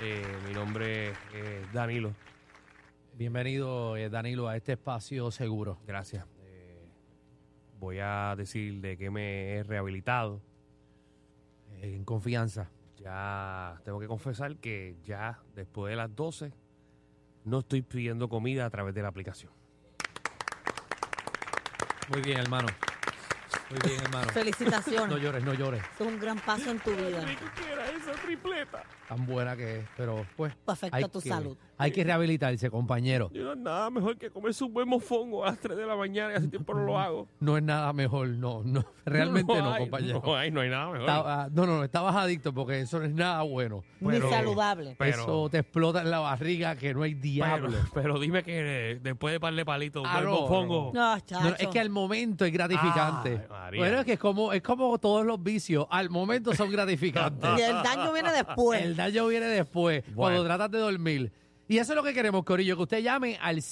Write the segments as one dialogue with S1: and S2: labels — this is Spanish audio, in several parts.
S1: Eh, mi nombre es eh, Danilo.
S2: Bienvenido, eh, Danilo, a este espacio seguro.
S1: Gracias. Eh, voy a decir de qué me he rehabilitado.
S2: Eh, en confianza.
S1: Ya tengo que confesar que ya después de las 12 no estoy pidiendo comida a través de la aplicación.
S2: Muy bien, hermano. Muy bien, hermano. No
S3: Felicitaciones.
S2: llores, no llores.
S3: Es un gran paso en tu vida.
S2: Tan buena que es, pero pues.
S3: Tu afecto a tu
S2: que-
S3: salud.
S2: Hay que rehabilitarse, compañero.
S1: nada mejor que comerse un buen mofongo a las 3 de la mañana y hace tiempo no lo hago.
S2: No es nada mejor, no, no. Realmente no, compañero.
S1: No hay, no hay nada mejor.
S2: Está- ah, no, no, no, estabas adicto porque eso no es nada bueno.
S1: Pero-
S3: Ni saludable.
S1: pero-
S2: eso te explota en la barriga que no hay
S1: pero,
S2: diablo.
S1: pero dime que eh, después de parle palito, un
S2: Ah,
S1: buen
S2: no,
S1: mofongo.
S3: No, chacho.
S2: No, no, es que al momento es gratificante.
S1: Ay, María.
S2: bueno, es que es como, es como todos los vicios, al momento son gratificantes.
S3: Y el daño viene después.
S2: Ah. El daño viene después,
S1: Bueno.
S2: cuando tratas de dormir. Y eso es lo que queremos, Corillo, que usted llame al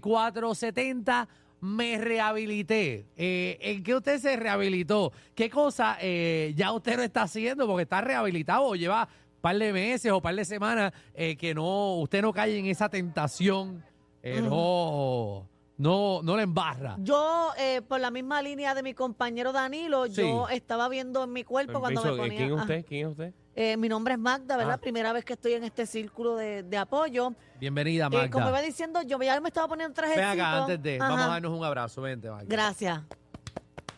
S2: 622-9470. Me rehabilité. Eh, ¿En qué usted se rehabilitó? ¿Qué cosa eh, ya usted no está haciendo porque está rehabilitado o lleva par de meses o par de semanas eh, que no usted no cae en esa tentación? Eh, No, no, no le embarra.
S3: Yo, eh, por la misma línea de mi compañero Danilo,
S2: Sí.
S3: yo estaba viendo en mi cuerpo cuando me
S1: Permiso, eh,
S3: ponía...
S1: ¿Quién es
S3: ah,
S1: usted? ¿Quién es usted?
S3: eh, mi nombre es Magda, ¿verdad?
S1: Ah.
S3: Primera vez que estoy en este círculo de, de apoyo.
S2: Bienvenida,
S3: Eh, como iba
S2: Ah, Magda.
S3: diciendo, yo ya me estaba poniendo traje.
S2: Ven acá, antes de. Vamos a darnos un abrazo. Vente, Magda.
S3: Gracias.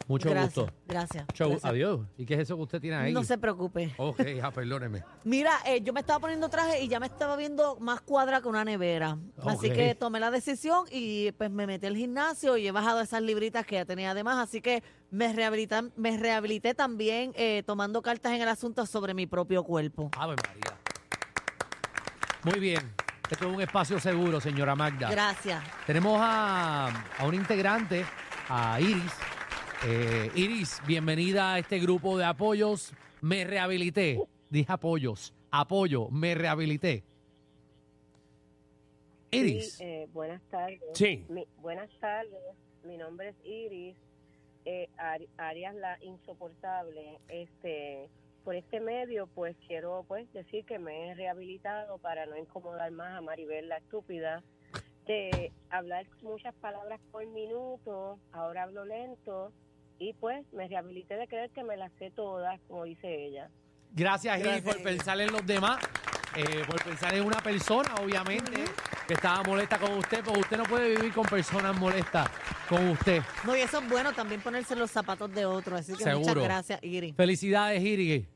S2: Mucho
S3: gracias,
S2: gusto.
S3: Gracias.
S2: Mucho gu-
S3: gracias.
S2: Adiós. ¿Y qué es eso que usted tiene ahí?
S3: No se preocupe.
S2: Ok, ah, perdóneme.
S3: Mira, eh, yo me estaba poniendo traje y ya me estaba viendo más cuadra que una nevera. Así
S2: Ok.
S3: que tomé la decisión y pues me metí al gimnasio y he bajado esas libritas que ya tenía además. Así que me, rehabilitan, me rehabilité también eh, tomando cartas en el asunto sobre mi propio cuerpo.
S2: Ave María. Muy bien. Esto es un espacio seguro, señora Magda.
S3: Gracias.
S2: Tenemos a, a un integrante, a Iris. Eh, Iris, bienvenida a este grupo de apoyos. Me rehabilité. Dije apoyos. Apoyo, me rehabilité. Iris.
S4: Sí, eh, buenas tardes.
S1: Sí.
S4: Mi- buenas tardes. Mi nombre es Iris. eh, Ari- Arias la insoportable. Este, por este medio, pues quiero pues decir que me he rehabilitado para no incomodar más a Maribel la estúpida de hablar muchas palabras por minuto. Ahora hablo lento y pues me rehabilité de creer que me las sé todas, como dice ella.
S2: Gracias, Gil,
S4: Gracias,
S2: por
S4: Gil.
S2: pensar en los demás, eh, por pensar en una persona, obviamente, que estaba molesta con usted, porque usted no puede vivir con personas molestas con usted.
S3: No, y eso es bueno también ponerse los zapatos de otro. Así que muchas
S2: Seguro.
S3: gracias, Iri.
S2: Felicidades, Iri.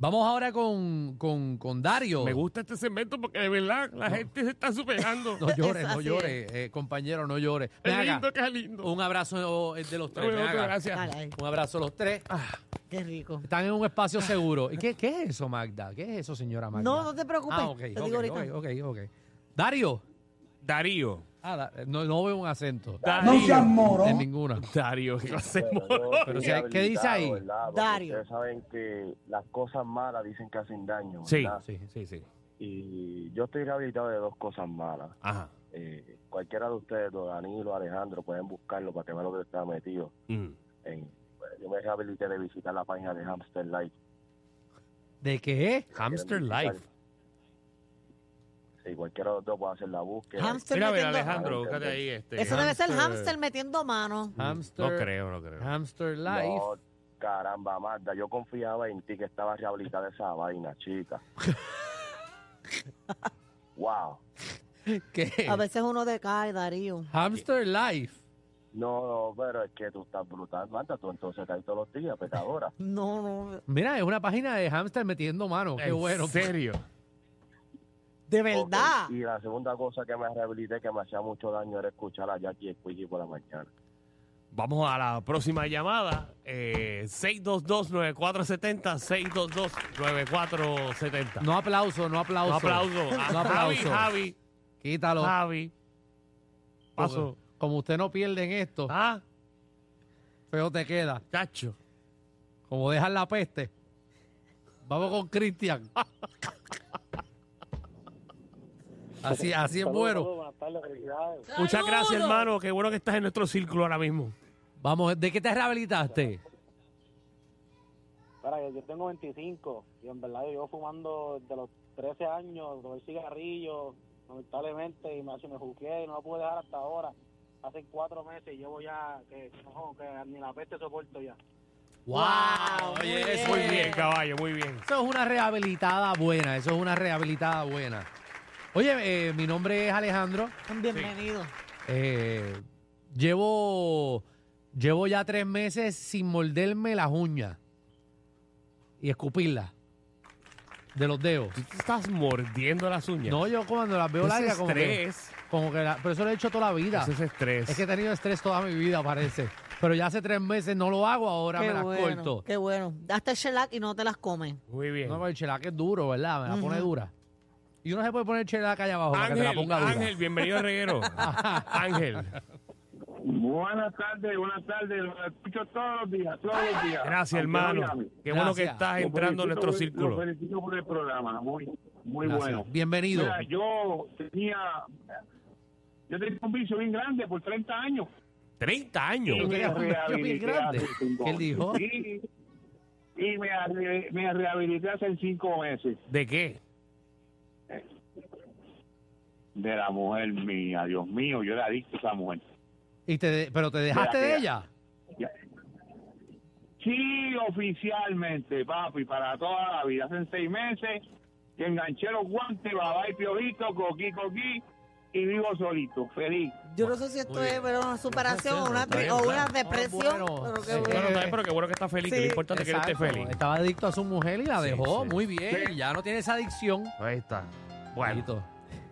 S2: Vamos ahora con, con, con Dario.
S1: Me gusta este segmento porque de verdad la gente se está superando.
S2: No llores,
S3: Eso,
S2: no
S3: así
S2: llores, eh, compañero, no llores. Ven
S1: es
S2: acá.
S1: lindo que es lindo.
S2: Un abrazo eh, de los tres.
S1: Dame
S2: ven
S1: otro,
S2: acá.
S1: gracias.
S3: Dale, ay,
S2: Un abrazo a los tres.
S3: qué rico.
S2: Están en un espacio seguro. ¿Y ¿Qué, qué es eso, Magda? ¿Qué es eso, señora Magda?
S3: No, no te preocupes.
S2: Ah, ok,
S3: te
S2: ok,
S3: digo ahorita.
S2: ok, ok, ok. Dario.
S1: Darío.
S2: Ah, da- no, no veo un acento.
S1: Darío. No seas
S2: En ninguna.
S1: Darío, ¿qué hacemos?
S5: Bueno, yo
S2: Pero
S5: estoy
S2: ¿qué- qué dice ahí?
S5: habilitado, ¿verdad? Porque
S3: Dario.
S5: Ustedes saben que las cosas malas dicen que hacen daño.
S1: Sí,
S5: ¿verdad?
S1: sí, sí, sí.
S5: Y yo estoy rehabilitado de dos cosas malas.
S1: Ajá.
S5: Eh, cualquiera de ustedes, don Danilo, Alejandro, pueden buscarlo para que vean lo que está metido.
S1: Mm.
S5: en- yo me rehabilité de visitar la página de Hamster Life.
S2: ¿De qué?
S1: Hamster Life.
S5: Si cualquiera de los dos puede hacer la búsqueda.
S3: Hamster
S1: Mira, a ver,
S3: metiendo-
S1: Alejandro, búscate ahí. Este,
S3: Eso debe ser hamster metiendo mano.
S2: Hamster.
S1: No creo, no creo.
S2: Hamster Life.
S5: No, caramba, Marta, yo confiaba en ti que estabas rehabilitada de esa vaina, chica. wow.
S2: ¿Qué?
S3: A veces uno decae, Darío.
S2: Hamster Life.
S5: No, pero es que tú estás brutal, manda tú entonces caes todos los días, pecadora.
S3: No, no.
S2: Mira, es una página de hamster metiendo mano. Qué
S1: ¿En
S2: bueno.
S1: serio?
S3: De verdad.
S5: Ok, Y la segunda cosa que me rehabilité que me hacía mucho daño era escuchar a Jackie Squeaky por la mañana.
S1: Vamos a la próxima llamada. Eh, 622-9470. 622-9470.
S2: No aplauso, no aplauso.
S1: No aplauso. A
S2: No
S1: Javi,
S2: aplauso.
S1: Javi,
S2: Quítalo.
S1: Javi. Paso.
S2: Como, como usted no pierde en esto,
S1: Ah,
S2: feo te queda.
S1: chacho.
S2: Como dejan la peste. Vamos con Cristian. Así, así es bueno.
S1: Muchas gracias, hermano. Qué bueno que estás en nuestro círculo ahora mismo.
S2: Vamos, ¿de qué te rehabilitaste?
S6: Para que yo tengo 25 y en verdad yo llevo fumando desde los 13 años, con el cigarrillo, lamentablemente, y me, me juzgué y no lo pude dejar hasta ahora. Hace cuatro meses y llevo ya que, no, que ni la peste soporto ya.
S2: ¡Wow! Oye,
S3: muy
S2: eso,
S1: Muy
S3: Eh.
S1: bien, caballo, muy bien.
S2: eso es una rehabilitada buena. Eso es una rehabilitada buena. Oye, eh, mi nombre es Alejandro.
S3: Bienvenido.
S2: Eh, llevo, llevo ya tres meses sin morderme las uñas y escupirlas de los dedos.
S1: Tú te estás mordiendo las uñas.
S2: No, yo cuando las veo
S1: Ese
S2: largas, como que,
S1: estrés.
S2: como que la- pero eso lo he hecho toda la vida.
S1: Ese es estrés.
S2: Es que he tenido estrés toda mi vida, parece. Pero ya hace tres meses no lo hago, ahora
S3: Qué
S2: me las
S3: bueno,
S2: corto.
S3: Qué bueno. Daste shellac y no te las comes.
S1: Muy bien.
S2: No, el chelac es duro, ¿verdad? Me la pone
S3: Ujú.
S2: dura. Y uno se puede poner chelac allá abajo para que te la
S1: Ángel,
S2: ponga dura.
S1: Ángel, bienvenido a Reguero. Ángel,
S7: Buenas tardes, buenas tardes. Lo escucho todos los días, todos los días.
S1: gracias,
S7: Aunque no
S1: hermano.
S7: llame.
S1: Qué bueno que
S2: Gracias.
S1: estás
S7: Lo
S1: entrando
S7: felicito
S1: en nuestro
S7: por- Lo
S1: círculo.
S7: felicito por el programa, muy, muy
S2: Gracias.
S7: bueno.
S2: Bienvenido.
S7: Mira, yo tenía, yo tenía un vicio bien grande por 30 años.
S1: 30
S7: Y
S1: años.
S2: Sí.
S7: me
S2: tenías un vicio bien
S7: rehabilité
S2: grande.
S7: hace cinco
S2: ¿Qué él dijo?
S7: años. Y, y me, arre- me rehabilité hace cinco meses
S1: ¿De qué?
S7: de la mujer mía. Dios mío, yo era adicto a esa mujer.
S2: Y te de- pero te dejaste
S7: Mira,
S2: de
S7: mira.
S2: ella.
S7: Ya. Sí, oficialmente, papi, para toda la vida. Hace seis meses que enganché los guantes, babá y piojito, coquí, coquí, y vivo solito, feliz.
S3: Yo no sé si esto
S2: muy
S3: es
S2: bien.
S3: pero una superación
S2: No,
S3: una
S2: está
S3: tri-
S2: bien,
S3: o
S2: claro.
S3: una
S2: Ah,
S3: depresión.
S2: bueno,
S3: pero qué
S2: sí.
S3: bueno.
S1: Bueno, también, pero qué bueno que estás feliz. que lo
S3: Sí,
S1: importante es que él esté
S2: Exacto.
S1: feliz.
S2: Estaba adicto a su mujer y la
S1: Sí,
S2: dejó.
S1: sí.
S2: Muy bien. Ya no tiene esa adicción.
S1: Ahí está. Bueno,
S2: Amiguito.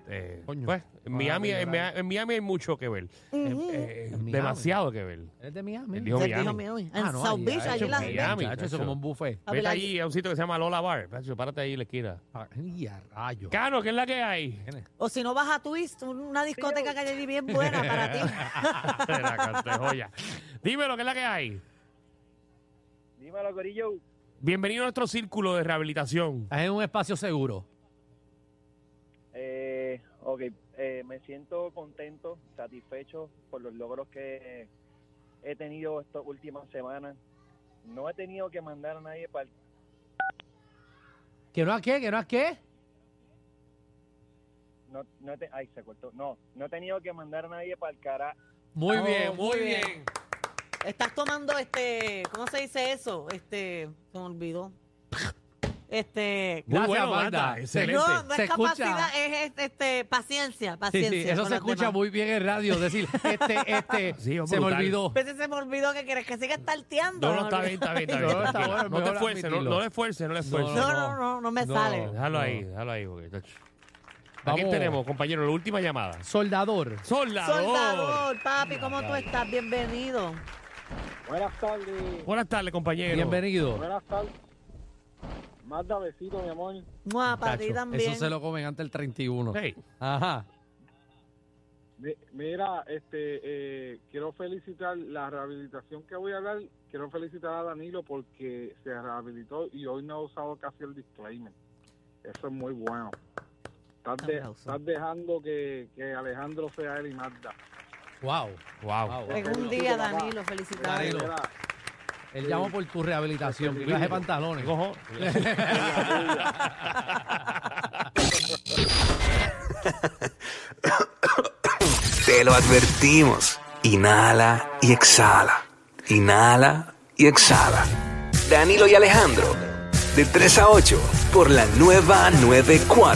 S1: eh,
S2: Coño.
S1: pues, en
S2: Ahora
S1: Miami,
S2: me
S1: en,
S2: llora.
S1: Mia- en Miami hay mucho que ver. Eh, eh,
S2: En Miami.
S1: demasiado que ver.
S2: ¿Eres de Miami?
S1: Él dijo
S3: Él dijo
S1: Miami.
S3: Miami. En
S2: Ah, no,
S3: South
S2: allí,
S3: Beach,
S2: ha
S3: allí
S2: hecho
S3: la
S2: en
S3: gente.
S1: Miami,
S2: Miami, ha hecho eso
S1: hecho.
S2: como un buffet.
S3: Ah,
S1: Vete
S3: pero
S1: allí a un sitio que se llama Lola Bar. Pacho, Párate ahí en la esquina.
S2: Ay, a rayo.
S1: Cano, ¿qué es la que hay?
S3: O si no vas a Twist, una discoteca que hay allí bien buena para ti.
S1: Era canto de joya. Dímelo, ¿qué es la que hay?
S6: Dímelo, Corillo.
S1: Bienvenido a nuestro círculo de rehabilitación.
S2: Estás en un espacio seguro.
S6: Eh, ok, eh, me siento contento, satisfecho por los logros que he tenido estas últimas semanas. No he tenido que mandar a nadie para el
S2: ¿Que no a qué? ¿Que no a qué?
S6: no, no he te- ay, se cortó. No, no he tenido que mandar a nadie para el cara.
S2: Muy
S3: Oh,
S2: bien, muy
S3: muy
S2: bien.
S3: bien. Estás tomando este, ¿cómo se dice eso? Este, se me olvidó. Este,
S1: Muy
S2: Gracias,
S1: bueno,
S2: Magda.
S1: Magda. Excelente.
S3: no, no
S2: Se
S3: es
S2: escucha.
S3: capacidad, es este, este, paciencia,
S2: Sí,
S3: paciencia.
S2: sí, eso
S3: con
S2: se
S3: los
S2: escucha
S3: demás.
S2: muy bien en radio. Decir, este, este,
S1: Sí, es
S2: se me
S1: brutal.
S2: olvidó.
S3: A veces se me olvidó que quieres que sigas tarteando.
S1: No, no, está bien, está bien, está
S2: No,
S1: bien.
S2: está
S1: tranquila. no
S2: bueno,
S1: te
S2: mejor
S1: esfuerces, no,
S2: admitirlo.
S1: no le esfuerces, no le esfuerces.
S3: No, no, no, no me
S2: No.
S3: sale.
S1: Déjalo
S2: No.
S1: ahí, déjalo ahí. Porque... tacho. ¿A
S2: Vamos.
S1: quién tenemos, compañero? La última llamada.
S2: Soldador.
S1: ¡Soldador!
S3: Soldador, papi, ¿cómo tú estás? Bienvenido.
S6: Buenas tardes,
S1: Buenas tardes, compañero.
S2: Bienvenido.
S6: buenas tardes. Manda besito, mi amor.
S3: Mua, para ti
S2: Tacho,
S3: también.
S2: eso se lo comen antes del 31.
S1: Hey,
S2: Ajá.
S7: Mi- Mira, este, eh, quiero felicitar la rehabilitación que voy a hablar. Quiero felicitar a Danilo porque se rehabilitó y hoy no ha usado casi el disclaimer. Eso es muy bueno. Estás, de-
S3: Aplauso.
S7: estás dejando que, que Alejandro sea él y Magda.
S2: Wow.
S1: wow.
S2: Wow.
S3: En un día, Danilo, felicidades.
S2: Danilo.
S7: Mira,
S2: Él llamó por tu rehabilitación. Viaje pantalones.
S1: Cojo.
S8: Te lo advertimos. Inhala y exhala. Inhala y exhala. Danilo y Alejandro, de 3 a 8, por la nueva 94.